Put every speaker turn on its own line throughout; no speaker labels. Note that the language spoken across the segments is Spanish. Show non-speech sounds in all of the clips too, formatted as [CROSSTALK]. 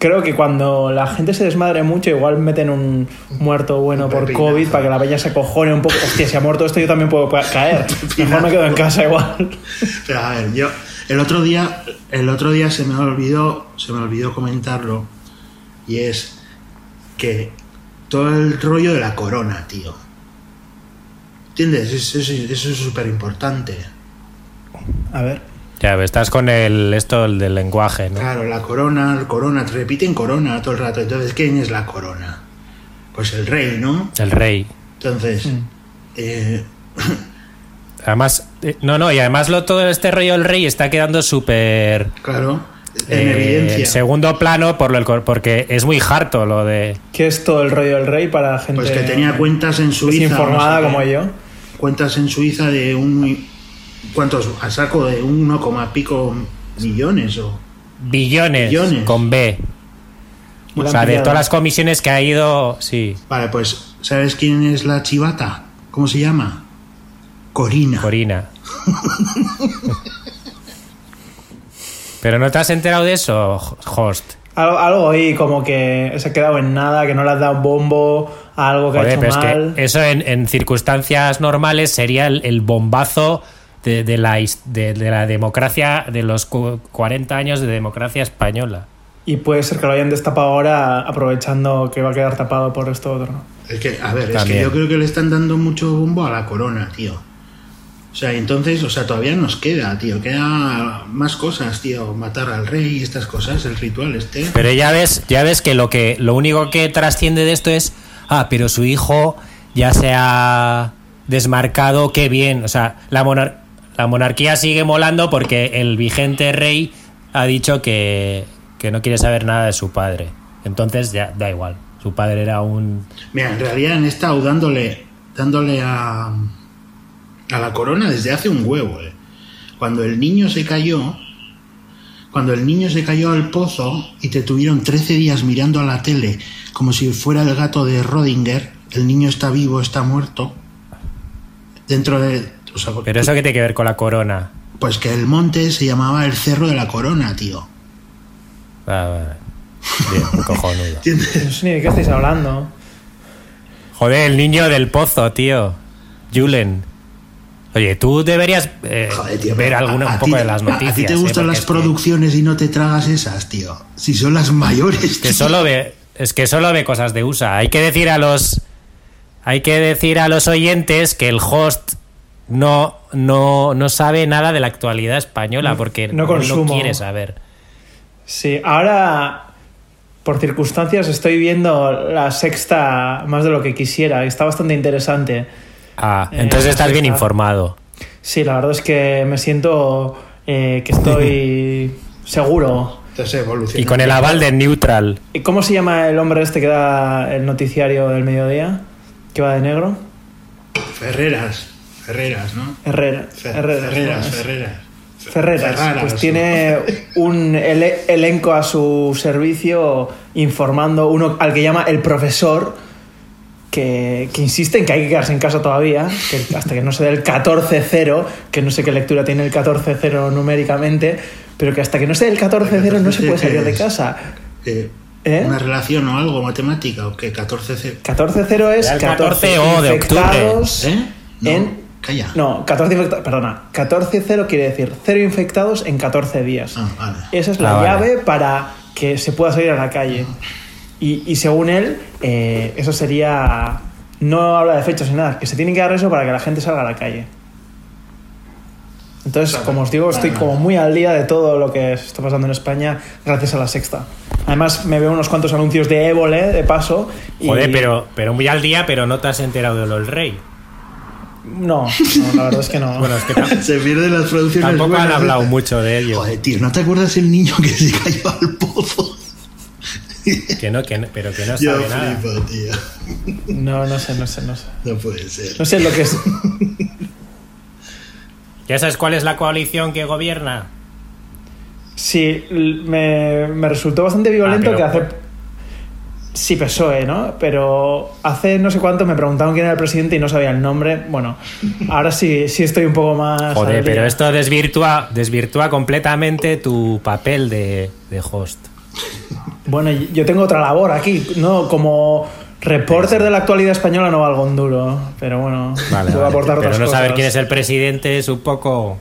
Creo que cuando la gente se desmadre mucho, igual meten un muerto bueno
Un
por
pepinazo.
COVID para que la peña se cojone un poco. Hostia, si ha muerto esto, yo también puedo pa-
[LAUGHS]
caer. Mejor me quedo en casa igual.
Pero a ver, yo el otro día, el otro día se me olvidó, se me olvidó comentarlo y es que todo el rollo de la corona, tío. ¿Entiendes? Es- es- Eso es súper importante.
A ver.
Ya, pero estás con el esto el del lenguaje, ¿no?
Claro, la corona, el corona, te repiten corona todo el rato. Entonces, ¿quién es la corona? Pues el rey, ¿no?
El rey.
Entonces,
Mm.
eh,
Además, eh, no, no, y además lo, todo este rollo del rey está quedando súper
claro, en
eh, en
evidencia.
segundo plano por lo del cor- porque es muy harto lo de
¿Qué es todo el rollo del rey para gente
Pues que tenía cuentas en Suiza.
desinformada
no sé
como
qué.
yo?
cuentas en Suiza de un cuántos a saco de un 1, coma pico millones o
billones,
Billones.
con B.
La
O
han
sea, de
pillado.
todas las comisiones que ha ido, sí,
vale pues sabes quién es la chivata cómo se llama Corina [LAUGHS]
Corina. Pero no te has enterado de eso, Host.
Algo, algo ahí como que se ha quedado en nada, que no le has dado bombo a algo que ha
Joder,
hecho
pero es
mal.
que eso en, en circunstancias normales sería el, el bombazo de, de la, his- de, de la democracia, de los cu- 40 años de democracia española.
Y puede ser que lo hayan destapado ahora aprovechando que va a quedar tapado por esto otro.
es que a ver es
También.
que yo creo que le están dando mucho bombo a la Corona tío o sea entonces o sea todavía nos queda tío queda más cosas tío matar al rey y estas cosas el ritual este
Pero ya ves, ya ves que lo que lo único que trasciende de esto es ah, pero su hijo ya se ha desmarcado, qué bien. O sea, la monar- la monarquía sigue molando porque el vigente rey ha dicho que, que no quiere saber nada de su padre. Entonces ya da igual. Su padre era un
Mira, en realidad han estado dándole, dándole a, a la corona desde hace un huevo. eh. Cuando el niño se cayó, cuando el niño se cayó al pozo y te tuvieron 13 días mirando a la tele como si fuera el gato de Rodinger, el niño está vivo, está muerto. Dentro de. o sea,
Pero eso que tiene que ver con la corona.
Pues que el monte se llamaba el cerro de la corona, tío.
Ah, vale. Bien, cojonudo.
¿Entiendes?
No sé ni de qué estáis hablando.
Joder, el niño del pozo, tío. Julen. Oye, tú deberías eh,
Joder, tío,
ver
pero
alguna,
a- a
un
ti-
poco de las
a-
noticias.
A ti te
eh,
gustan
porque
las
es que-
producciones y no te tragas esas, tío. Si son las mayores,
Que,
tío.
solo ve, es que solo ve cosas de USA. Hay que decir a los. Hay que decir a los oyentes que el host no, no, no sabe nada de la actualidad española porque
no consumo.
quiere saber.
Sí, ahora por circunstancias estoy viendo la sexta más de lo que quisiera. y Está bastante interesante.
Ah,
Eh,
entonces estás
sí,
bien
claro.
informado.
Sí, la verdad es que me siento eh, que estoy seguro.
Entonces evoluciona.
Y con el aval de Neutral.
¿Y cómo se llama el hombre este que da el noticiario del mediodía? Que va de negro.
Ferreras, Ferreras, ¿no?
Herrera.
Fer-
Herrera,
Ferreras,
¿no?
Ferreras.
Ferreras,
Ferraras,
pues
¿no?
tiene un ele- elenco a su servicio informando uno al que llama el profesor, que, que insiste en que hay que quedarse en casa todavía, que hasta que no se dé el 14-0, que no sé qué lectura tiene el 14-0 numéricamente, pero que hasta que no se dé el 14-0 no se puede salir de casa.
Eh,
¿Eh?
¿Una relación o algo matemática o qué? 14 C.
14-0 es
Era el
14,
14 de octubre.
infectados
¿Eh? No,
en...
calla.
No, 14 infectados, perdona, 14-0 quiere decir 0 infectados en 14 días.
Ah, vale.
Esa es la
Ah, vale.
llave para que se pueda salir a la calle. Y, y según él, eh, eso sería. No habla de fechas ni nada, que se tiene que dar eso para que la gente salga a la calle. Entonces,
Vale,
como os digo,
vale,
estoy
vale.
como muy al día de todo lo que se está pasando en España gracias a la sexta. Además, me veo unos cuantos anuncios de Évole, de paso. y-
Joder, pero, pero muy al día, pero no te has enterado de lo del rey.
No, no, la verdad es que no.
[LAUGHS] Bueno,
[LAUGHS]
es que
[LAUGHS]
tam-
Se pierden las producciones.
tampoco han
buenas,
hablado
¿eh?
mucho de ello.
Joder, tío, ¿no te acuerdas el niño que se cayó al pozo?
Que no, que no- pero que no
Yo
sabe nada.
flipo, tío.
No, no sé, no sé, no sé.
No puede ser.
[LAUGHS]
No sé lo que es.
¿Ya sabes cuál es la coalición que gobierna?
Sí, l- me, me resultó bastante violento
Ah,
que
pero-
hace. Sí, PSOE, E, ¿no? Pero hace no sé cuánto me preguntaron quién era el presidente y no sabía el nombre. Bueno, ahora sí, sí estoy un poco más.
Joder,
al día.
pero esto desvirtúa, desvirtúa completamente tu papel de, de host.
Bueno, yo tengo otra labor aquí, ¿no? Como reporter de la actualidad española no valgo un duro, pero bueno,
Vale,
puedo
vale.
aportar
Pero
otras
no saber
cosas.
quién es el presidente es un poco.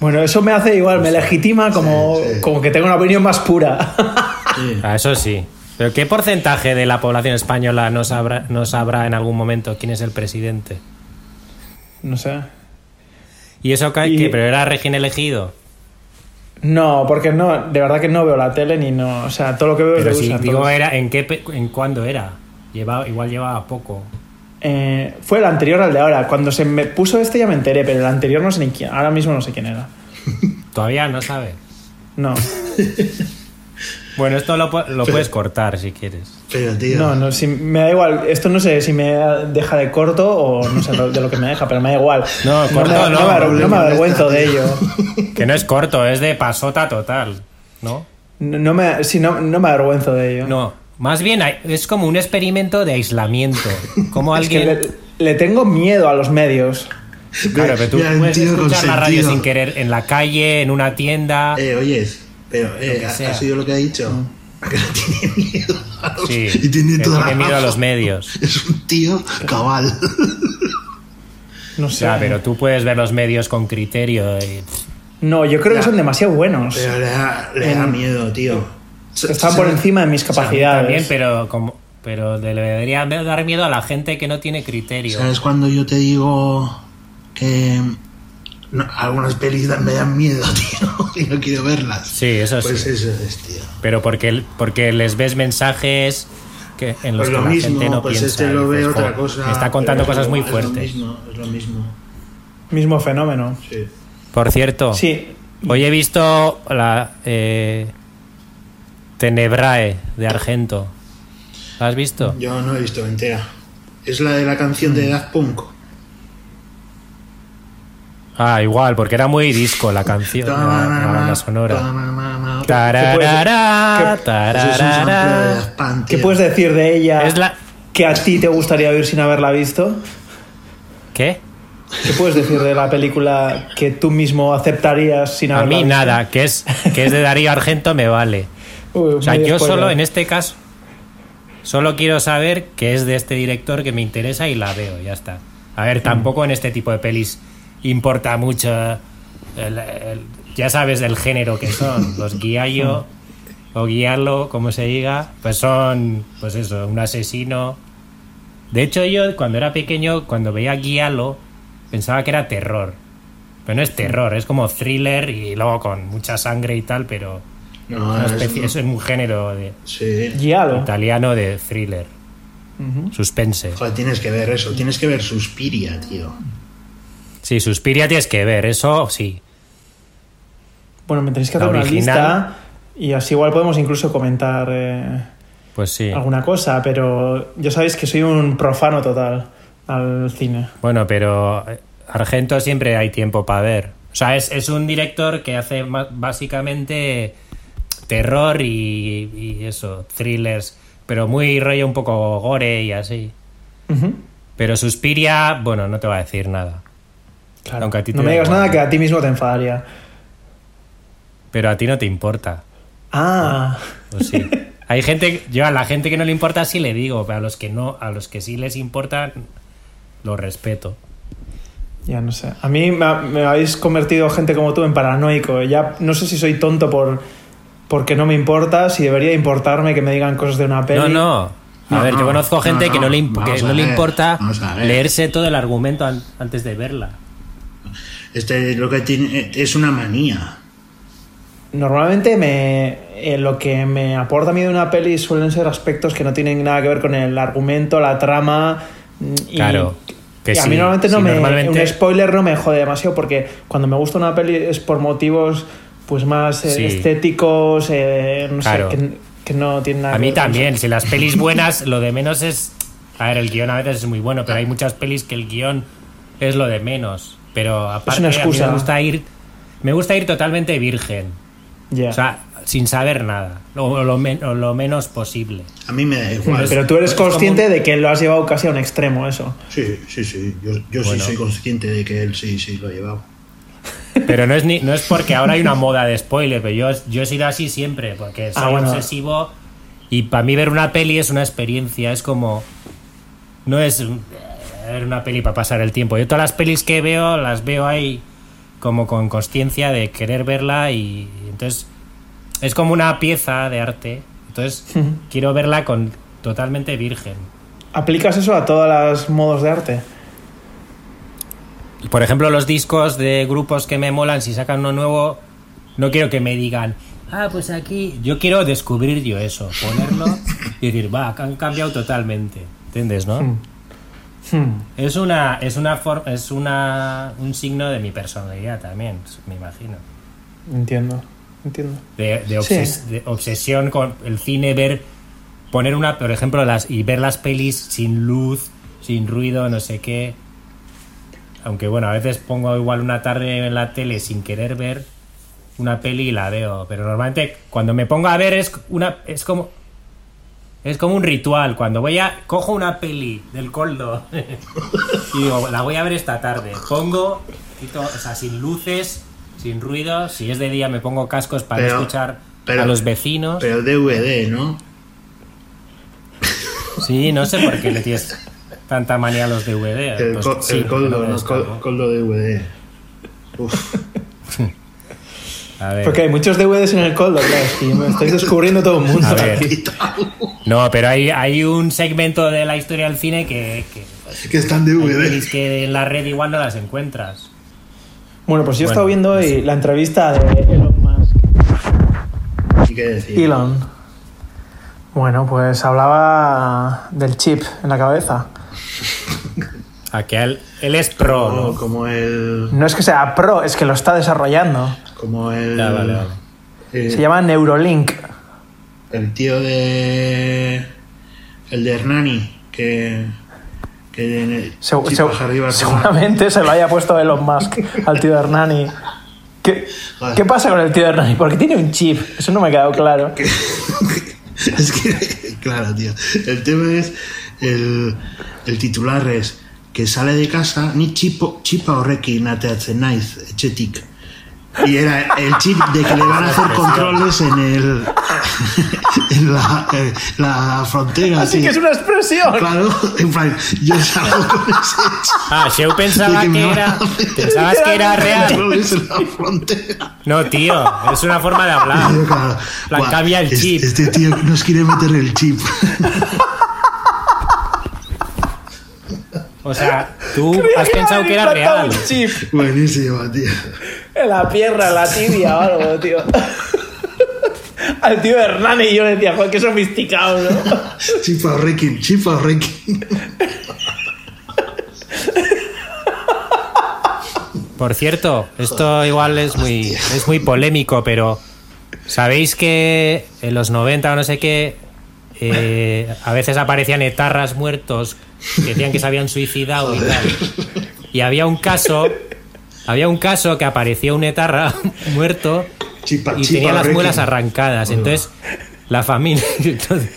Bueno, eso me hace igual, me legitima como,
Sí, sí.
como que tengo una opinión más pura. [LAUGHS]
Sí.
Ah, eso sí. Pero ¿qué porcentaje de la población española no sabrá, no sabrá en algún momento quién es el presidente?
no sé.
¿Y eso cae
Y-
que ¿Pero era recién elegido?
No, porque no, de verdad que no veo la tele ni no, o sea, todo lo que veo es
Pero
de
si
USA,
digo
entonces-
era, ¿en qué pe- en cuándo era? Llevaba, igual llevaba poco.
Eh, fue el anterior al de ahora. Cuando se me puso este ya me enteré, pero el anterior no sé ni quién. Ahora mismo no sé quién era.
Todavía no sabe.
No,
Bueno, esto lo, pu- lo puedes cortar si quieres.
Pero, tío,
no, no, si- me da igual. Esto no sé si me deja de corto o no sé lo- de lo que me deja, pero me da igual.
No, corto
me,
no,
me aver-
problema
no me
no
avergüenzo
está,
de
tío.
ello.
Que no es corto, es de pasota total, ¿no?
No, no me, sí, no, no me avergüenzo de ello.
No, más bien hay- es como un experimento de aislamiento.
[LAUGHS]
Como
Es que
alguien...
le, le tengo miedo a los medios.
Claro, pero tú
Mira, el
puedes
tío
escuchar la radio
consentido.
sin querer en la calle, en una tienda.
Eh, oyes, pero eh,
que
¿has
sea.
has oído lo que Mm. ha dicho? ¿A [LAUGHS] que no tiene miedo? a los-
Sí,
y tiene
le
toda la
tiene miedo a
razón.
los medios.
Es un tío cabal.
No sé.
Ya, pero tú puedes ver los medios con criterio. y-
No, yo creo que
Ya.
son demasiado buenos.
Pero le da, le da
Mm.
miedo, tío. Eh, Se-
Están
se-
por encima de mis capacidades.
También, pero como pero le debería dar miedo a la gente que no tiene criterio.
¿Sabes cuando yo te digo que no, algunas pelis dan- me dan miedo, [LAUGHS] tío? Y no quiero verlas.
Sí, eso
Pues
sí.
eso es, tío.
Pero porque, porque les ves mensajes que en
Pues
los que
lo
la
mismo,
gente no
pues
piensa.
este
y
lo
dices,
ve
"Jo,
otra cosa.
me está contando
pero es
cosas
lo-
muy
es
fuertes.
Lo mismo, es lo mismo,
Mismo fenómeno.
sí.
Por cierto,
Sí.
hoy he visto la eh, Tenebrae de Argento. ¿La has visto?
Yo no he visto entera. Es la de la canción
Mm.
de Daft Punk.
Ah, igual, porque era muy disco la canción, la, la banda sonora.
Ta-na-na-na-na.
Tararara,
¿Qué-
Eso es un sample de Daft
tararara.
Punk,
¿Qué
tío.
puedes decir de ella
Es la-
que a ti te gustaría oír sin haberla visto?
¿Qué?
¿Qué puedes decir de la película que tú mismo aceptarías sin
A
haberla
mí
visto?
nada, que es, que es de Darío Argento me vale.
Uy,
O sea,
muy
yo
spoiler.
solo en este caso, solo quiero saber que es de este director que me interesa y la veo, ya está. A ver, tampoco en este tipo de pelis importa mucho, el- el- ya sabes el género que son, los guiallo o guiarlo, como se diga, pues son, pues eso, un asesino. De hecho, yo cuando era pequeño, cuando veía guialo, pensaba que era terror. Pero no es terror, es como thriller y luego con mucha sangre y tal, pero
Ah, No,
una
es-
especie- es un género de-
Sí.
Giallo.
italiano de thriller,
Ujú.
suspense.
Joder, tienes que ver eso. Tienes que ver Suspiria, tío.
Sí, Suspiria tienes que ver, eso sí.
Bueno, me tenéis que
La
hacer una
original.
lista y así igual podemos incluso comentar eh,
Pues sí.
alguna cosa, pero ya sabéis que soy un profano total al cine.
Bueno, pero eh, Argento siempre hay tiempo para ver. O sea, es, es un director que hace ma- básicamente terror y, y eso, thrillers, pero muy rollo un poco gore y así.
Ujú.
Pero Suspiria, bueno, no te va a decir nada.
Claro.
Aunque a ti te
no me
da
digas
igual.
nada que a ti mismo te enfadaría.
Pero a ti no te importa.
Ah,
Pues sí. Hay gente, yo a la gente que no le importa sí le digo, pero a los que no, a los que sí les importa, lo respeto.
ya no sé. A mí me, ha- me habéis convertido gente como tú en paranoico. Ya no sé si soy tonto por porque no me importa, si debería importarme que me digan cosas de una peli.
No, no. A
No,
ver, yo
no,
conozco
no,
gente que no le, imp-
no,
que
vamos
no
a
le
ver,
importa
vamos a ver.
leerse todo el argumento an- antes de verla.
Este lo que tiene es una manía.
Normalmente me, eh, lo que me aporta a mí de una peli suelen ser aspectos que no tienen nada que ver con el argumento, la trama. mm, y-
Claro, que
y a
sí,
mí normalmente no
sí,
me.
normalmente-
Un spoiler no me jode demasiado porque cuando me gusta una peli es por motivos pues más eh,
Sí.
estéticos, eh, no
Claro.
sé, que, que no tienen nada
A
que
mí
ver con
también, si las
[LAUGHS]
pelis buenas, lo de menos es... A ver, el guión a veces es muy bueno, pero hay muchas pelis que el guión es lo de menos. Pero aparte,
una
a mí
excusa.
me gusta ir... Me gusta ir totalmente virgen.
Ya.
O sea, sin saber nada. O lo, men- o lo menos posible.
A mí me da igual.
Pero tú eres
Pues es como
consciente
un-
de que lo has llevado casi a un extremo, eso.
Sí, sí, sí. Yo, yo
Bueno.
sí soy consciente de que él sí, sí lo ha llevado.
Pero no es, ni, no es porque ahora hay una moda de spoiler, pero yo, yo he sido así siempre, porque soy
Ah, bueno.
obsesivo y para mí ver una peli es una experiencia, es como... No es un- ver una peli para pasar el tiempo. Yo todas las pelis que veo las veo ahí como con conciencia de querer verla y, y entonces es como una pieza de arte. Entonces
Ujú.
quiero verla con totalmente virgen.
¿Aplicas eso a todos los modos de arte?
Y, Por ejemplo, los discos de grupos que me molan, si sacan uno nuevo, no quiero que me digan, ah, pues aquí. Yo quiero descubrir yo eso, ponerlo y decir, va, han cambiado totalmente. ¿Entiendes, no?
Mm. Hmm.
Es una, es una for- es una, un signo de mi personalidad también, me imagino.
Entiendo, entiendo.
De, de
Sí.
obses- de obsesión con el cine, ver, poner una, por ejemplo, las, y ver las pelis sin luz, sin ruido, no sé qué. Aunque bueno, a veces pongo igual una tarde en la tele sin querer ver una peli y la veo. Pero normalmente cuando me pongo a ver es una, es como, es como un ritual. Cuando voy a, cojo una peli del coldo [LAUGHS] y digo, la voy a ver esta tarde. Pongo, quito, o sea, sin luces, sin ruido. Si es de día me pongo cascos para
Pero-
escuchar
pero-
a los vecinos.
Pero DVD, ¿no?
sí, no sé por qué le tienes tanta manía a los DVD.
El,
Pues
co-
sí,
el coldo,
no me
¿no? Col-
descargo.
coldo DVD. Uf.
A ver.
Porque hay muchos DVDs en el coldo, claro, es que me estáis descubriendo todo el mundo.
[LAUGHS]
[LAUGHS]
A ver.
aquí.
No, pero hay, hay un segmento de la historia del cine que, que,
que están
hay
DVD.
pelis que en la red igual no las encuentras.
Bueno, pues yo he
Bueno,
estado viendo hoy
sí.
la entrevista de Elon Musk.
¿Y qué decir?
Elon. Bueno, pues hablaba del chip en la cabeza.
A que él, él es pro,
Como,
¿no?
Oh, como el.
No es que sea pro, es que lo está desarrollando.
Como el.
Ya, vale, vale.
eh,
Se llama Neurolink.
El tío de. El de Hernani, que. Que de.
Se-
sí,
se-
paja arriba,
seguramente se lo haya puesto Elon Musk al tío de Hernani. ¿Qué,
Joder.
qué pasa con el tío de Hernani? Porque tiene un chip. Eso no me ha quedado claro.
[LAUGHS] es que, claro, tío. El tema es. El, el titular es que sale de casa ni chipo, chipa horrekin ateatzen naiz, etxetik. Y era el chip de que le van a hacer controles en el. [LAUGHS] en la, eh, la frontera.
Así
tío.
que es una expresión.
Claro, en plan, yo
[LAUGHS]
salgo con ese chip.
Ah, Sheu pensaba
De que
que,
me van
era.
a hacer
Pensabas que era real.
controles en la frontera.
No, tío, es una forma de hablar.
Yo, claro,
Ah. plan,
"Buah,
cambia el
es-
chip".
Este tío nos quiere meter el
[LAUGHS]
chip.
O sea, tú
Creía
has
le
pensado
habían
que era
implantado
real.
un chip
Buenísimo, tío.
en la pierna, en la tibia o algo, tío. [LAUGHS] Al tío de Hernani y yo le decía, joder, qué sofisticado,
[LAUGHS]
¿no?
Chip Rekin, chip Rekin.
Por cierto, esto igual es muy, es muy polémico, pero ¿sabéis que en los 90 o no sé qué, eh, a veces aparecían etarras muertos que decían que se habían suicidado y tal? Y había un caso, había un caso que apareció un etarra [LAUGHS] muerto
Chipa,
y
chipa,
tenía las
Rekin.
muelas arrancadas.
Hola.
Entonces, la familia. [LAUGHS] entonces,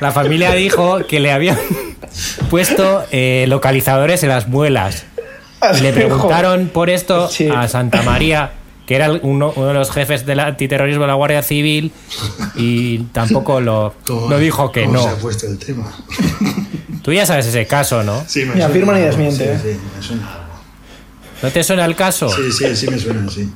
la familia dijo que le habían [LAUGHS] puesto eh, localizadores en las muelas. Y [LAUGHS] le preguntaron por esto
Sí.
a Santa María, que era el- uno, uno de los jefes del antiterrorismo de la Guardia Civil, y tampoco lo,
Toma,
no dijo que
¿cómo
no.
se ha puesto el tema?
Tú ya sabes ese caso, ¿no?
Sí,
Ni afirma ni
algo,
desmiente, ¿eh?
Sí, sí, me suena algo.
¿No te suena el caso?
Sí, sí, sí me suena, sí.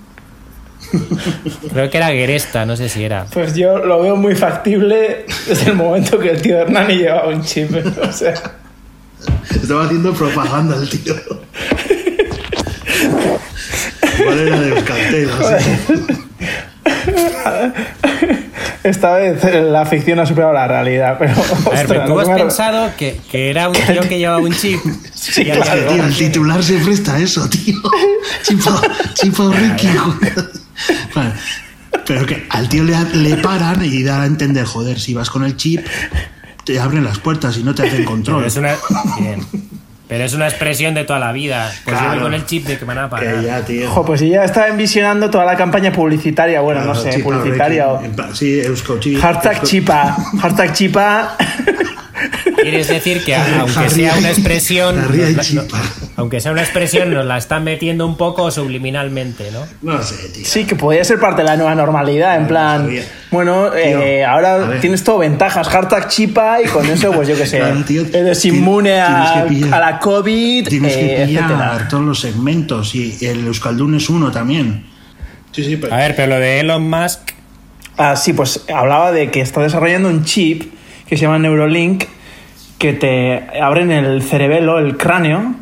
Creo que era Gueresta, no sé si era.
Pues yo lo veo muy factible desde el momento que el tío de Hernani llevaba un chip. O sea,
Estaba haciendo propaganda el [LAUGHS] tío. ¿Cuál era de ¿eh? Euskaltel? así.
[LAUGHS] esta vez la ficción ha superado la realidad, pero.
A ver,
ostras,
pero tú
no
has
me arre-
pensado que, que era un tío que llevaba
[LAUGHS]
un chip.
Sí,
Y había-
Es que, tío, el titular se presta a eso,
[LAUGHS]
tío. Chipa, chipa Ricky, joder. Vale. Pero que al tío le, le paran y dan a entender, joder, si vas con el chip, te abren las puertas y no te hacen
Pero
control.
es una. bien. Pero es una expresión de toda la vida. Pues yo voy
Claro.
con el chip de que me van a parar.
Que ya, tío.
Ojo, pues yo ya estaba envisionando toda la campaña publicitaria, bueno, no
Claro,
sé,
Chipa
publicitaria
Ricky. En plan, Sí, Euskochi.
o. Hashtag chipa. Hashtag chipa. [LAUGHS]
Quieres decir que aunque sea una expresión.
Harry ah.
no-
y
no-
chipa.
Aunque sea una expresión, nos la están metiendo un poco subliminalmente, ¿no?
No sé, tío.
Sí, que podría ser parte de la nueva normalidad, en plan,
sabía.
bueno, eh,
a
ahora
ver.
tienes todo ventajas, hashtag chipa y con eso, pues yo qué sé,
Claro, tío,
eres
ti-
inmune a,
tienes que pillar.
a la COVID,
Tienes
eh,
que pillar
etcétera.
todos los segmentos y el Euskaldun es uno también. Sí, sí, pero.
A ver, pero lo de Elon Musk,
Ah, sí, pues hablaba de que está desarrollando un chip que se llama Neurolink, que te abren el cerebelo, el cráneo,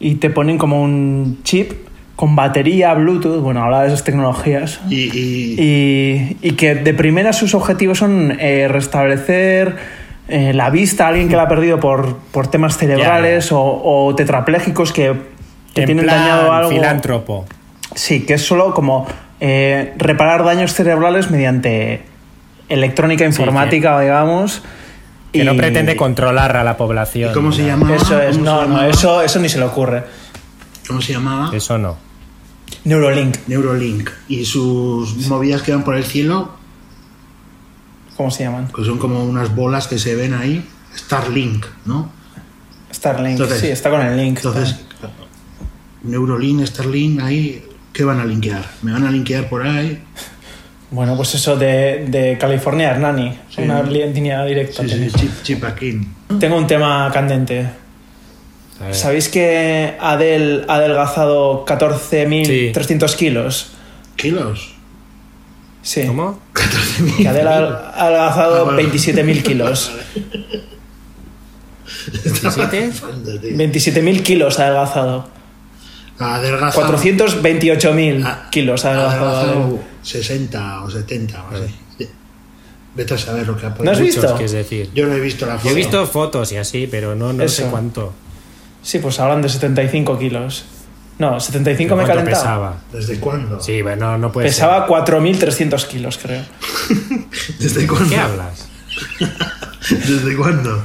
y te ponen como un chip con batería, Bluetooth, bueno, hablaba de esas tecnologías,
Y, y-
Y, y que de primera sus objetivos son eh, restablecer eh, la vista a alguien que la ha perdido por, por temas cerebrales o, o tetraplégicos que, que
en
tienen
plan
dañado algo.
filántropo.
Sí, que es solo como eh, reparar daños cerebrales mediante electrónica informática, digamos.
Que no
y-
pretende controlar a la población.
¿y ¿Cómo se
¿no?
llamaba?
Eso es,
¿Cómo se
no, no,
llamaba?
eso, eso ni se le ocurre.
¿Cómo se llamaba?
Eso no.
Neurolink,
Neurolink. Y sus movidas que van por el cielo,
¿cómo se llaman?
que son como unas bolas que se ven ahí. Starlink, ¿no?
Starlink,
Entonces-
sí, está con el link.
Entonces, Neurolink, Starlink, ahí, ¿qué van a linkear? ¿Me van a linkear por ahí?
Bueno, pues eso de, de California, Hernani. Una línea directa.
Sí, sí,
tenéis.
chip, chip aquí.
Tengo un tema candente.
A ver.
¿Sabéis que Adel ha adelgazado 14.300 kilos?
¿Kilos? [LAUGHS]
Sí.
¿Cómo?
Que Adel ha ha
Ah,
adelgazado
vale.
27.000 kilos.
¿17?
Anda, tío.
27.000 kilos ha adelgazado.
Ha adelgazado.
428.000
Ah,
kilos ha
ha
adelgazado. Adel.
adelgazado 60 o 70 o así. Vete a saber lo que ha podido.
¿No has visto?
Muchos, que es decir.
Yo no he visto la
Yo
foto.
he visto fotos y así, pero no, no sé
Eso.
cuánto.
Sí, pues hablan de 75 kilos. No, 75 me he
¿Cuánto
calentado.
pesaba?
¿Desde cuándo?
Sí, bueno, no puede
Pesaba 4.300 kilos, creo. [LAUGHS]
¿Desde
ser.
cuándo?
¿Qué hablas?
¿Desde cuándo?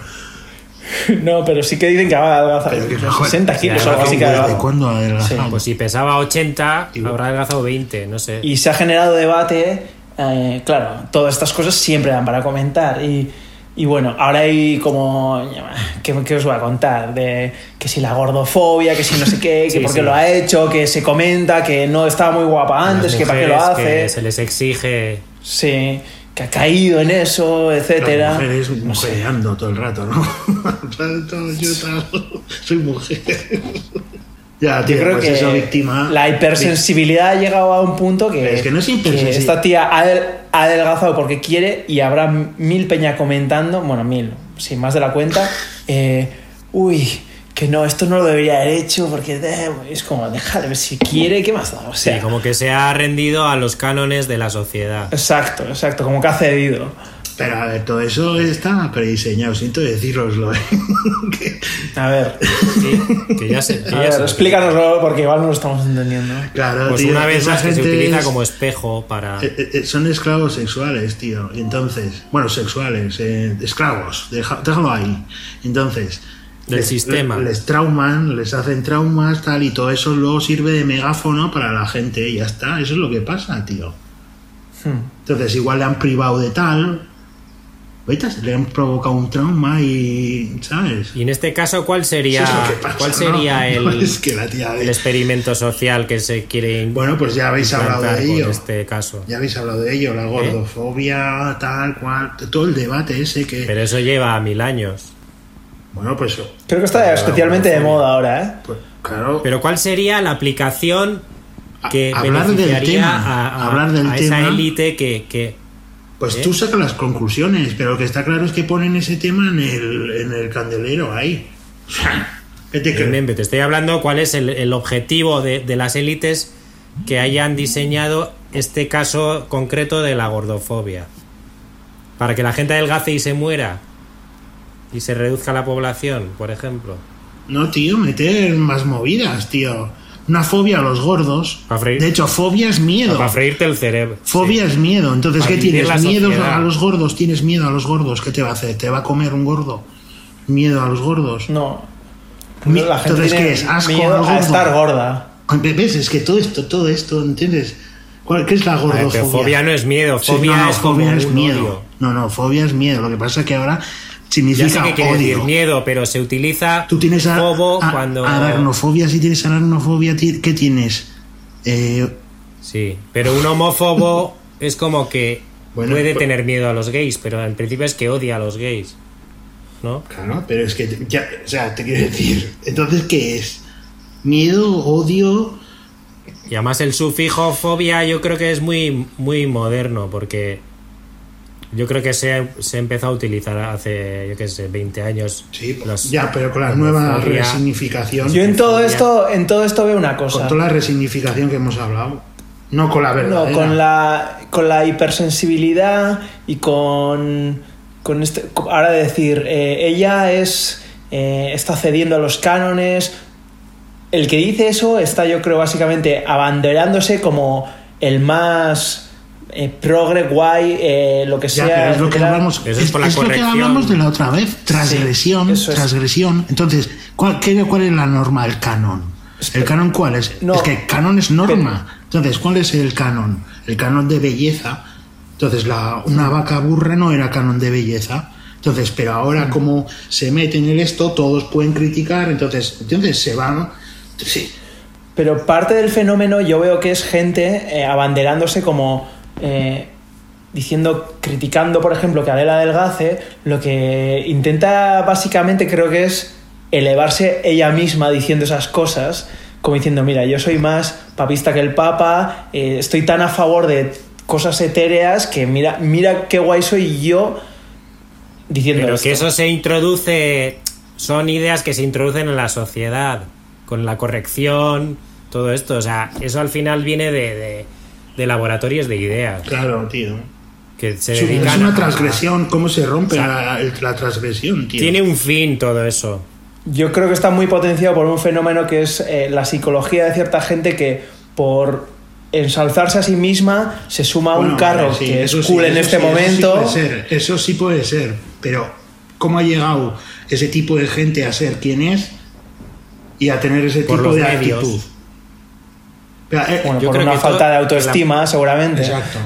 No, pero sí que dicen que ha adelgazado
Pero que mejor.
60 Ah, kilos
Ya,
o algo así que ha
¿desde
adelgazado.
¿Desde cuándo ha adelgazado?
Sí,
Pues si pesaba 80,
Y-
habrá adelgazado 20, no sé.
Y se ha generado debate. eh, claro, todas estas cosas siempre dan para comentar. Y, y bueno, ahora hay como. ¿qué, qué os voy a contar? De que si la gordofobia, que si no sé qué, que
[LAUGHS] Sí,
porque
sí.
lo ha hecho, que se comenta, que no estaba muy guapa
Las
antes, que para qué lo
mujeres que
hace.
se les exige.
Sí, que ha caído en eso, etcétera.
Las mujeres
No sé.
mujereando todo el rato, ¿no? [LAUGHS] Todo- yo tal- soy mujer. [LAUGHS] ya, tío,
Yo creo
pues
que
eso, víctima.
la hipersensibilidad ha llegado a un punto que,
Es que no es
que
hipersensibil-
esta tía ha adel- ha adelgazado porque quiere y habrá mil peña comentando, bueno, mil, sin más de la
[LAUGHS]
cuenta, eh, uy, que no, esto no lo debería haber hecho porque eh, es como, déjale, ver si quiere, ¿qué más da? O
Sí,
sea,
como que se ha rendido a los cánones de la sociedad.
exacto, exacto, como que ha cedido.
Pero a ver, todo eso está prediseñado, siento deciroslo. ¿eh? [LAUGHS] Que-
A
[LAUGHS]
ver,
Sí, que ya se. que
a
ya
ver
se-
explícanoslo porque igual no lo estamos entendiendo.
claro,
Pues
tío,
una vez
esa
más que se
gente
utiliza
es-
como espejo para.
eh, eh, eh, son esclavos sexuales, tío. Entonces, bueno, sexuales, eh, esclavos, deja- déjalo ahí. Entonces,
Del sistema.
Les trauman, les hacen traumas, tal, y todo eso luego sirve de megáfono para la gente, y ya está. Eso es lo que pasa, tío.
Hmm.
Entonces, igual le han privado de tal. Ahorita se le han provocado un trauma y. ¿Sabes?
Y en este caso, ¿cuál sería,
Eso es lo que pasa,
¿cuál
¿no?
sería
[LAUGHS]
el,
No, es que la tía de-
el experimento social que se quiere in-
Bueno, pues ya habéis hablado
implantar
de
con
ello.
este caso?
Ya habéis hablado de
¿Eh?
ello, la gordofobia, tal cual, todo el debate ese que.
Pero eso lleva mil años.
Bueno, pues,
Creo que está especialmente de moda ahora, ¿eh?
pues, claro.
Pero ¿cuál sería la aplicación que
A- hablar del
beneficiaría
tema,
a, a-
hablar del
a esa
tema.
élite que, que-
pues
¿eh?
tú sacas las conclusiones, pero lo que está claro es que ponen ese tema en el, en el candelero ahí. ¿Qué te crees?
Remember, Te estoy hablando cuál es el, el objetivo de, de las élites que hayan diseñado este caso concreto de la gordofobia. Para que la gente adelgace y se muera. Y se reduzca la población, por ejemplo.
No, tío, meter más movidas, tío. Una fobia a los gordos.
Pa' freír.
De hecho, fobia es miedo.
Para freírte el cerebro.
Fobia
Sí.
es miedo. Entonces,
Pa'
¿qué
vivir la
tienes? Miedo
sociedad.
a los gordos. Tienes miedo a los gordos. ¿Qué te va a hacer? ¿Te va a comer un gordo? Miedo a los gordos.
No.
Mi-
La gente
entonces,
tiene
¿qué es? ¿Asco
miedo
a lo
a
gordo?
estar gorda.
¿Ves? Es que todo esto, todo esto, ¿entiendes? ¿Cuál, ¿Qué es la
A ver,
gordofobia?
pero fobia no es miedo,
Sí,
fobia
no, no,
es como
fobia es
un
miedo.
odio.
No, no, fobia es miedo. Lo que pasa es que ahora significa
Ya sé que quiere
odio.
decir miedo, pero se utiliza
Tú tienes a,
fobo
a-
cuando.
aracnofobia, si tienes aracnofobia, ti- ¿qué tienes? Eh,
Sí, pero un homófobo [LAUGHS] es como que
Bueno,
puede
pues-
tener miedo a los gays, pero en principio es que odia a los gays. ¿No?
claro, pero es que, ya, o sea, te quiero decir, entonces, ¿qué es? Miedo, odio,
Y además el sufijo fobia yo creo que es muy, muy moderno porque yo creo que se, se empezó a utilizar hace, yo qué sé, 20 años.
sí, pues,
Los-
ya, pero con la
la
nueva
fobia.
resignificación,
Yo en
con
todo esto, en todo esto veo una cosa.
toda la resignificación que hemos hablado, no con la verdad.
No, con la, con la hipersensibilidad y con, con este, co- ahora decir, eh, ella es eh, está cediendo a los cánones. El que dice eso está, yo creo, básicamente abanderándose como el más eh, progre, guay, eh, lo que
Ya,
sea.
pero es lo que
etcétera.
hablamos,
Eso es por la
lo que
corrección.
hablamos de la otra vez, transgresión,
eso es.
transgresión. Entonces, ¿cuál, qué- cuál es la norma, el canon? ¿El canon cuál es?
No.
Es que canon es norma. Entonces, ¿cuál es el canon? El canon de belleza. Entonces, la, una vaca burra no era canon de belleza. Entonces, pero ahora como se meten en esto, todos pueden criticar, entonces, entonces se van... Sí,
Pero parte del fenómeno yo veo que es gente eh, abanderándose como eh, diciendo, criticando, por ejemplo, que Adela Delgace lo que intenta básicamente creo que es elevarse ella misma diciendo esas cosas, como diciendo, mira, yo soy más papista que el papa, eh, estoy tan a favor de cosas etéreas que mira, mira qué guay soy yo diciendo
Pero
esto".
que eso se introduce, son ideas que se introducen en la sociedad, con la corrección, todo esto. O sea, eso al final viene de, de- de laboratorios de ideas
claro, tío.
que se
Es
dedican a-
una transgresión, ¿cómo se rompe
Eh, O
la,
sea,
la transgresión, tío?
Tiene un fin todo eso.
Yo creo que está muy potenciado por un fenómeno que es eh, la psicología de cierta gente que por ensalzarse a sí misma se suma a
Bueno,
un carro
vale, sí,
que es
eso
cool
sí,
en
eso
este
sí,
momento.
Eso sí, puede ser, eso sí puede ser, pero ¿cómo ha llegado ese tipo de gente a ser quien es y a tener ese
Por
tipo
los
de
medios.
actitud? Pero, eh,
bueno, eh,
Yo
por
creo
una
que
falta
todo-
de autoestima, seguramente.
exacto.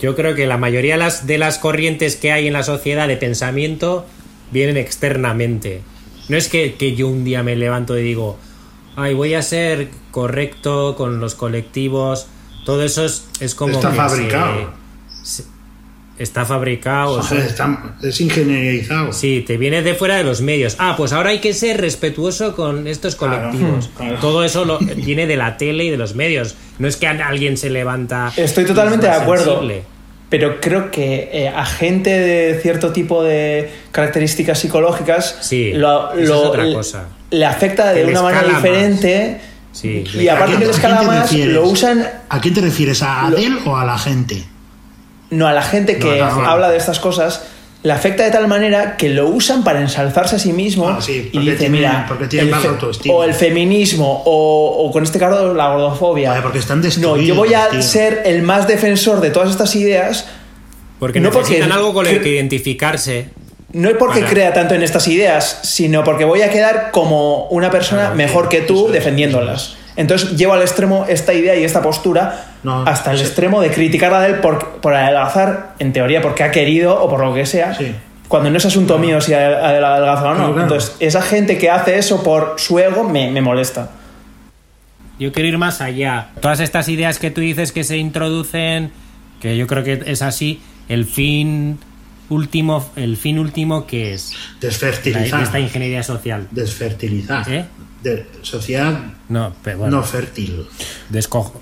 Yo creo que la mayoría de las, de las corrientes que hay en la sociedad de pensamiento vienen externamente. No es que, que yo un día me levanto y digo, ay, voy a ser correcto con los colectivos. Todo eso es, es como.
Está
que
fabricado.
se- se- está fabricado.
Joder, está- es ingenierizado.
Sí, te viene de fuera de los medios. Ah, pues ahora hay que ser respetuoso con estos
Claro,
colectivos.
Hmm,
claro.
Todo eso lo, eh, viene de la tele y de los medios. No es que a- alguien se levanta.
Estoy
y es
totalmente de
más
acuerdo.
sensible.
Pero creo que eh, a gente de cierto tipo de características psicológicas
Sí,
lo,
eso es
lo-
otra
le-
cosa.
le afecta
Que
de
le
una manera
escala más.
diferente.
Sí,
y aparte
quién-
que le
a
escala
quién te
más,
refieres?
lo usan
¿A quién te refieres? ¿A
Lo-
Adel o a la gente?
No, a la gente que
No, no, no.
habla de estas cosas le afecta de tal manera que lo usan para ensalzarse a sí mismo
Ah, sí,
y
porque
dice,
tienen-
mira,
porque tienen
el
baja
fe-
autoestima.
o el feminismo o, o con este cargo la gordofobia.
Vale, porque están
no, yo
destruidos,
voy a
tío.
ser el más defensor de todas estas ideas,
Porque
No, porque-
necesitan algo con el
que-
que identificarse.
no es porque
Ajá.
crea tanto en estas ideas, sino porque voy a quedar como una persona
Claro,
mejor que tú
eso es,
defendiéndolas. Entonces llevo al extremo esta idea y esta postura
No,
hasta el
sí.
extremo de criticarla de él por, por adelgazar, en teoría porque ha querido o por lo que sea,
Sí.
cuando no es asunto mío si adel- adel- adelgaza o no.
Claro, claro.
Entonces esa gente que hace eso por su ego me, me molesta.
Yo quiero ir más allá. Todas estas ideas que tú dices que se introducen, que yo creo que es así, el fin último, el fin último que es la, de
Desfertilizar.
esta ingeniería social.
Desfertilizar.
¿Eh?
De- sociedad
No, pero bueno,
no fértil.
descojo.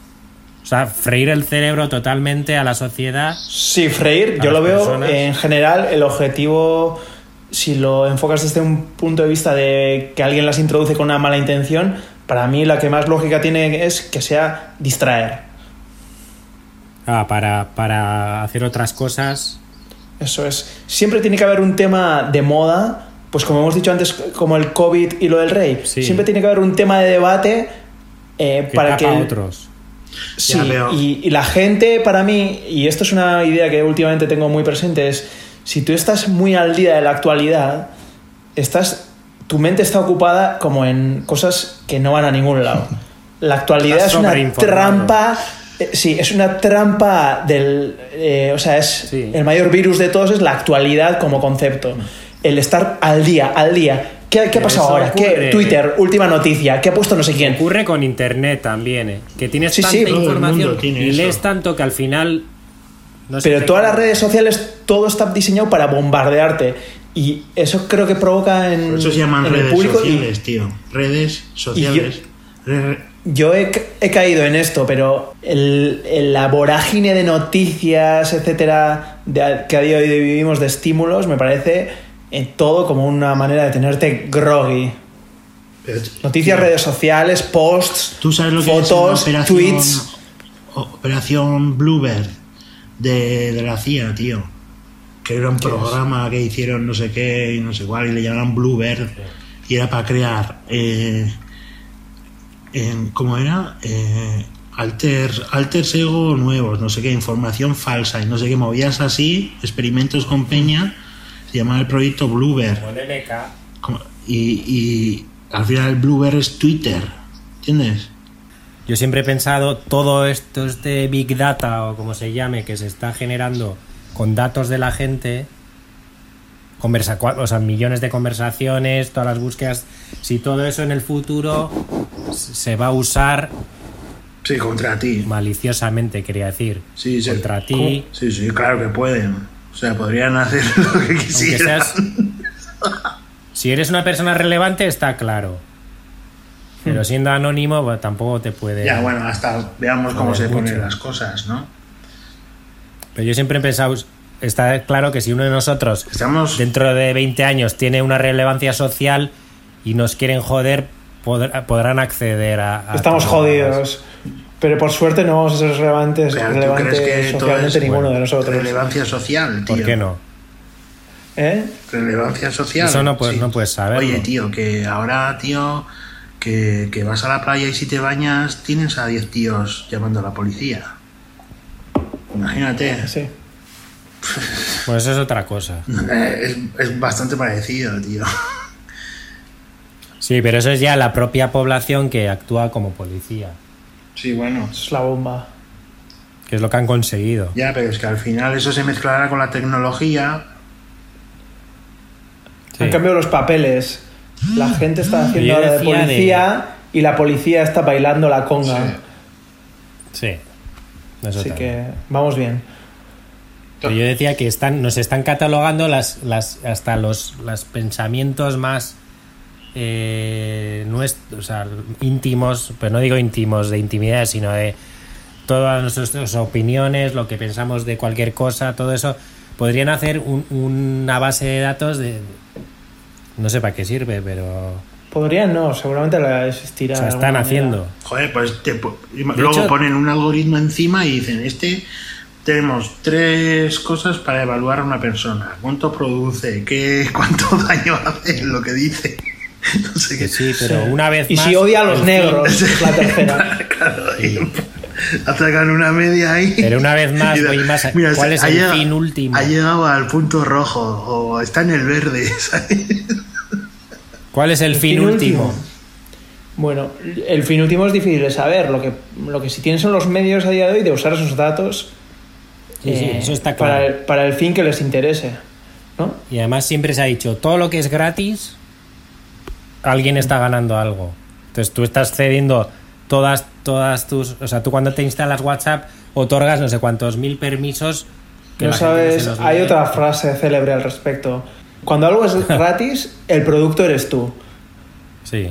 O sea, freír el cerebro totalmente a la sociedad.
Sí, freír,
A
yo
las
lo veo
personas.
en general el objetivo, si lo enfocas desde un punto de vista de que alguien las introduce con una mala intención, para mí la que más lógica tiene es que sea distraer.
Ah, para, para hacer otras cosas.
Eso es. Siempre tiene que haber un tema de moda, pues como hemos dicho antes, como el COVID y lo del rape.
Sí.
Siempre tiene que haber un tema de debate eh,
Que
para
tapa
que...
a
el-
otros.
Sí,
Ya veo.
y, y la gente para mí, y esto es una idea que últimamente tengo muy presente, es si tú estás muy al día de la actualidad, estás, tu mente está ocupada
[LAUGHS]
como en cosas que no van a ningún lado. La actualidad
Estás
es una
sobreinformado.
trampa Eh, Sí, es una trampa del... eh, o sea, es
Sí.
el mayor virus de todos es la actualidad como concepto. El estar al día, al día. ¿Qué, qué ha
Pero
pasado
eso
ahora? ¿Qué,
ocurre.
Twitter, última noticia. ¿Qué ha puesto no sé quién?
Ocurre con internet también, ¿eh? que tienes
Sí,
tanta
sí. Todo
el
información
mundo tiene
y
eso.
lees tanto que al final. no sé
Pero
qué-
todas las redes sociales, todo está diseñado para bombardearte. Y eso creo que provoca en,
Por eso se llaman
en el
redes
público. y-
sociales, tío. Redes sociales. Re- re-
Yo he, ca- he caído en esto, pero el, el- la vorágine de noticias, etcétera, de a- que a día de hoy vivimos de estímulos, me parece eh, todo como una manera de tenerte groggy.
pero-
Noticias,
tío,
redes sociales, posts,
¿Tú sabes lo que
fotos,
es una operación,
tweets.
Operación Bluebird de, de la CIA, tío. Que era un programa que hicieron no sé qué y no sé cuál y le llamaron Bluebird. Y era para crear. eh, en- ¿Cómo era? Eh, alter, alter ego nuevos, no sé qué, información falsa y no sé qué. Movías así, experimentos con Peña. Se llamaba el proyecto Bluebird.
Ponele K.
Como- Y, y al final el Bluebird es Twitter, ¿entiendes?
Yo siempre he pensado todo esto es de Big Data o como se llame, que se está generando con datos de la gente, conversa, cua- o sea, millones de conversaciones, todas las búsquedas, si todo eso en el futuro s- se va a usar
Sí, contra ti.
maliciosamente, quería decir,
Sí, sí.
contra ti,
Sí, sí, claro que pueden. O sea, podrían hacer [LAUGHS] lo que
aunque
quisieran.
seas... [LAUGHS] Si eres una persona relevante, está claro. Pero siendo anónimo, bueno, tampoco te puede...
Ya, bueno, hasta veamos cómo
Joder,
se ponen
mucho.
las cosas, ¿no?
Pero yo siempre he pensado, está claro que si uno de nosotros
Estamos.
dentro de 20 años tiene una relevancia social y nos quieren joder, podr- podrán acceder
Ah,
a... a
Estamos
todas las-
jodidos. Pero por suerte no vamos a ser relevantes,
Pero ¿tú
relevantes
crees que todo
socialmente
es
ninguno
bueno,
de nosotros.
relevancia social, tío?
¿Por qué no?
¿Eh?
Relevancia social.
Eso no puedes- no puedes saberlo.
Oye, tío, que ahora, tío, que, que vas a la playa y si te bañas, tienes a 10 tíos llamando a la policía. Imagínate.
Sí.
Bueno, eso es otra cosa.
Eh, [LAUGHS] Es, es bastante parecido, tío.
Sí, pero eso es ya la propia población que actúa como policía,
Sí, bueno.
Eso es la bomba.
que es lo que han conseguido.
Ya, pero es que al final eso se mezclará con la tecnología.
Sí.
Han cambiado los papeles. La gente está haciendo
Yo
ahora de
decía Mm. de-
policía y la policía está bailando la conga.
Sí. Eso
Así
también.
que vamos bien.
Pero yo decía que están, nos están catalogando las, las, hasta los, los pensamientos más eh, nuestros, o sea, íntimos, pero no digo íntimos de intimidad, sino de todas nuestras nuestras opiniones, lo que pensamos de cualquier cosa, todo eso. Podrían hacer un- una base de datos de... No sé para qué sirve, pero...
Podrían no, seguramente la existirá.
O sea,
de
están
alguna
haciendo.
manera.
Joder, pues te po- luego
hecho-
ponen un algoritmo encima y dicen, este tenemos tres cosas para evaluar a una persona. ¿Cuánto produce? ¿Qué, ¿Cuánto [LAUGHS] daño hace lo que dice? [LAUGHS] No sé qué.
Que sí, pero una vez
Y
más...
si odia a los
el-
negros, es la
[LAUGHS]
tercera.
Claro, y Atacan una media ahí.
Pero
[LAUGHS]
una vez más,
Mira,
voy más a-
mira,
¿cuál
ha
es el
llegado-
fin último?
Ha llegado al punto rojo o está en el verde, [LAUGHS] ¿sabes?
¿Cuál es el, fin, último?
Bueno, el fin último es difícil de saber. Lo que, lo que sí tienen son los medios a día de hoy de usar esos datos
Sí, sí,
eh,
eso está claro.
para, el, para el fin que les interese. ¿no?
Y además siempre se ha dicho, todo lo que es gratis, alguien está ganando algo. Entonces tú estás cediendo todas, todas tus... O sea, tú cuando te instalas WhatsApp otorgas no sé cuántos mil permisos. que
no
la gente se
sabes,
los
hay
lee.
otra frase célebre al respecto. Cuando algo
[LAUGHS]
es gratis, el producto eres tú.
Sí,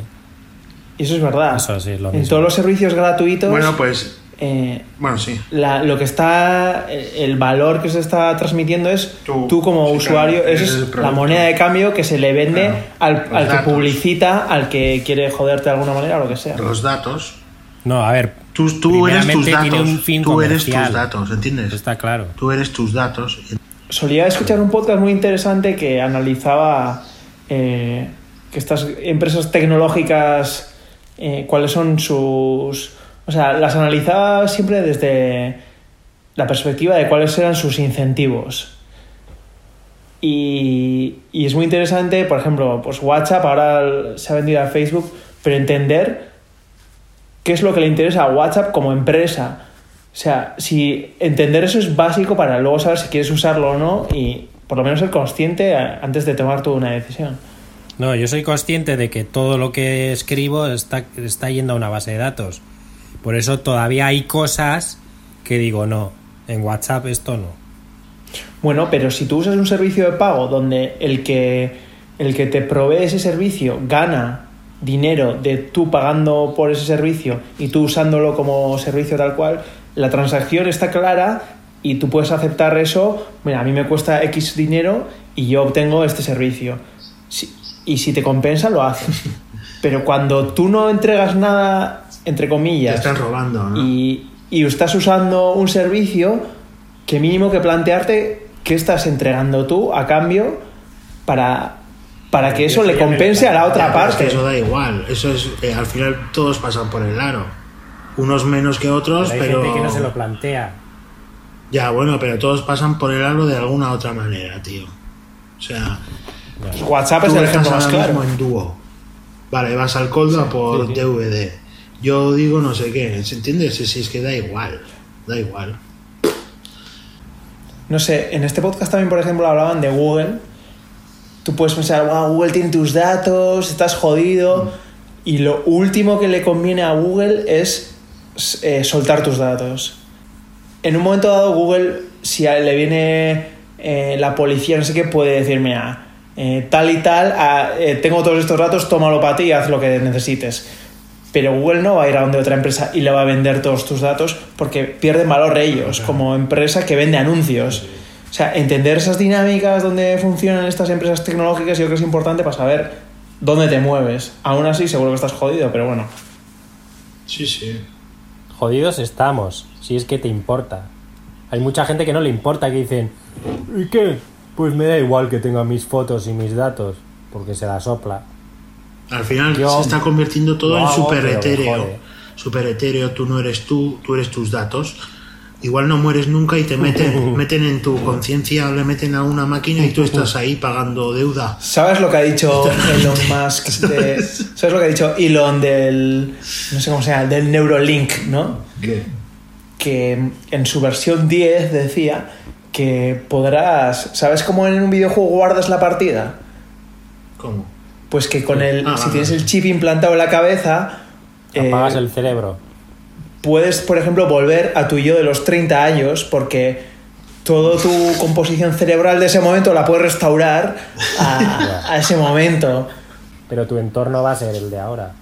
Y eso es verdad.
Eso sí, lo
en
mismo.
todos los servicios gratuitos,
Bueno, pues.
eh,
Bueno, sí.
la- lo que está, eh, el valor que se está transmitiendo es
Tú.
tú, como
Sí,
usuario,
claro,
esa
ese es el
es la
producto.
moneda de cambio que se le vende
Claro,
al,
los
al que
datos.
publicita, al que quiere joderte de alguna manera o lo que sea.
Los datos.
No, a ver,
Tú, tú eres tus
Primeramente tiene
datos.
un fin
tú eres tus
comercial.
datos, ¿entiendes?
eso está claro.
Tú eres tus datos.
Solía escuchar un podcast muy interesante que analizaba eh, que estas empresas tecnológicas, eh, cuáles son sus... O sea, las analizaba siempre desde la perspectiva de cuáles eran sus incentivos. Y, y es muy interesante, por ejemplo, pues WhatsApp ahora se ha vendido a Facebook, pero entender qué es lo que le interesa a WhatsApp como empresa. O sea, si entender eso es básico para luego saber si quieres usarlo o no y por lo menos ser consciente a- antes de tomar tú una decisión.
No, yo soy consciente de que todo lo que escribo está, está yendo a una base de datos. Por eso todavía hay cosas que digo, no, en WhatsApp esto no.
Bueno, pero si tú usas un servicio de pago donde el que, el que te provee ese servicio gana dinero de tú pagando por ese servicio y tú usándolo como servicio tal cual, la transacción está clara y tú puedes aceptar eso, mira, a mí me cuesta X dinero y yo obtengo este servicio. Si- y si te compensa, lo
[LAUGHS]
haces. Pero cuando tú no entregas nada, entre
Te
comillas,
estás robando, ¿no?
y, y estás usando un servicio que mínimo que plantearte qué estás entregando tú a cambio para, para que eso le compense a la otra
Ya, pero es que
parte.
Eso da igual. Eso es, eh, al final todos pasan por el aro. Unos menos que otros,
Pero hay
pero.
gente que no se lo plantea.
Ya, bueno, pero todos pasan por el aro de alguna otra manera, tío. O sea,
Ah,
WhatsApp
pues
es
tú
el
estás
ejemplo
ahora
más claro.
mismo en dúo. Vale, vas al colda por DVD. Yo digo no sé qué, ¿se entiende? Si, si es que da igual, da igual.
No sé, en este podcast también, por ejemplo, hablaban de Google. Tú puedes pensar, wow, Google tiene tus datos, estás jodido. Y lo último que le conviene a Google es eh, soltar tus datos. En un momento dado, Google, si a- le viene eh, la policía, no sé qué, puede decir, mira, eh, tal y tal, ah, eh, tengo todos estos datos, tómalo para ti y haz lo que necesites. Pero Google no va a ir a donde otra empresa y le va a vender todos tus datos porque pierden valor ellos como empresa que vende anuncios. O sea, entender esas dinámicas donde funcionan estas empresas tecnológicas yo creo que es importante para saber dónde te mueves. Aún así seguro que estás jodido, pero bueno.
Sí, sí.
Jodidos estamos, si es que te importa. Hay mucha gente que no le importa, que dicen, ¿y qué? Pues me da igual que tenga mis fotos y mis datos, porque se la sopla.
Al final
Yo
se está convirtiendo todo
lo
en
hago,
super
pero me
etéreo.
jode.
Super etéreo, tú no eres tú, tú eres tus datos. Igual no mueres nunca y te
[LAUGHS]
meten, meten en tu conciencia o le meten a una máquina y tú estás ahí pagando deuda.
¿Sabes lo que ha dicho Elon Musk? de- ¿Sabes lo que ha dicho Elon del... no sé cómo se llama, del Neurolink, ¿no? que en su versión 10 decía que podrás. ¿Sabes cómo en un videojuego guardas la partida?
¿Cómo?
Pues que con el.
Ah,
si
vale.
tienes el chip implantado en la cabeza. eh,
Apagas el cerebro.
puedes, por ejemplo, volver a tu yo de los 30 años porque toda tu composición cerebral de ese momento la puedes restaurar a, a ese momento.
Pero tu entorno va a ser el de ahora.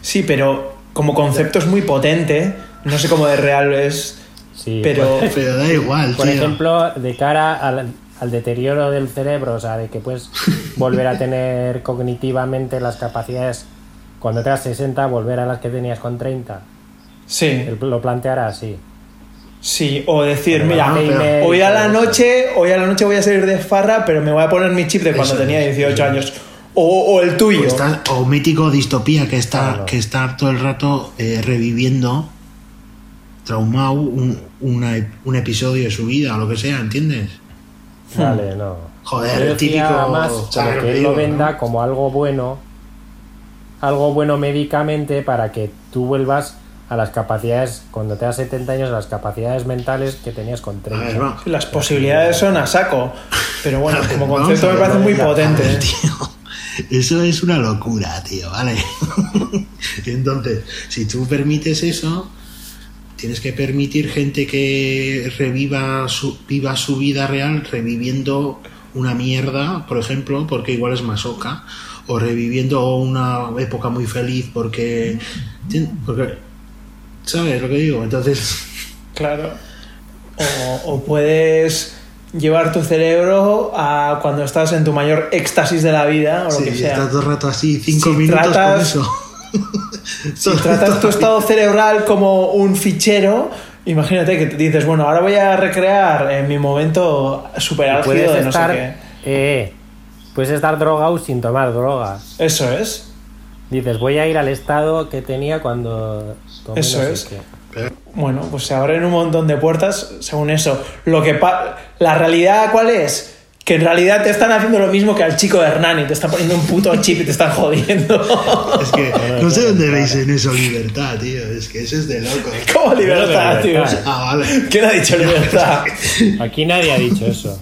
Sí, pero como concepto es muy potente. No sé cómo de real es,
Sí,
pero.
Pero da igual,
Por
tío.
ejemplo, de cara al, al deterioro del cerebro, o sea, de
[LAUGHS]
que puedes volver a tener cognitivamente las capacidades cuando tengas 60, volver a las que tenías con 30.
Sí.
Él Lo planteará así.
Sí, o decir,
Pero
mira,
no, pero-
hoy a la noche, hoy a la noche voy a salir de farra, pero me voy a poner mi chip de cuando
Eso
tenía
es,
18
eso es.
años. O, o el
O,
tuyo.
está- o mítico distopía que está,
Claro.
que está todo el rato eh, reviviendo traumado un, una- un episodio de su vida o lo que sea, ¿entiendes?
Vale,
Mm.
no.
Joder,
Yo
el
decía
típico
más,
chaval
pero que él
río,
lo
¿no?
venda como algo bueno, algo bueno médicamente para que tú vuelvas a las capacidades, cuando te das 70 años, a las capacidades mentales que tenías con
A
30.
ver, va.
Las posibilidades son a saco. Pero
[LAUGHS]
bueno, como
Vamos
concepto
a
me
ver,
parece muy
vamos a ver, [LAUGHS]
potente. ¿eh?
tío. Eso es una locura, tío, ¿vale? [LAUGHS] Entonces, si tú permites eso, tienes que permitir gente que reviva su, viva su vida real reviviendo una mierda, por ejemplo, porque igual es masoca, o reviviendo una época muy feliz porque... porque ¿Sabes lo que digo? Entonces...
Claro. O, o puedes llevar tu cerebro a cuando estás en tu mayor éxtasis de la vida o lo
Sí,
que sea.
está todo el rato así, cinco
Si
minutos con
tratas-
eso.
Si
[LAUGHS]
tratas tu estado cerebral como un fichero, imagínate que te dices, bueno, ahora voy a recrear en mi momento super
Y
álgido de
puedes
no
estar,
sé
eh, puedes estar drogado sin tomar droga.
qué. Eso es.
Dices, voy a ir al estado que tenía cuando tomé
Eso
no sé
es.
qué.
Bueno, pues se abren un montón de puertas según eso. Lo que pa- la realidad cuál es que en realidad te están haciendo lo mismo que al chico de Hernani, te están poniendo un puto chip y te están jodiendo. [LAUGHS]
Es que [LAUGHS] no sé dónde veis en eso libertad, tío. Es que eso es de loco. [LAUGHS]
¿Cómo libertad,
Libertad.
tío?
Ah, vale.
¿Quién ha dicho libertad?
Aquí nadie ha dicho eso.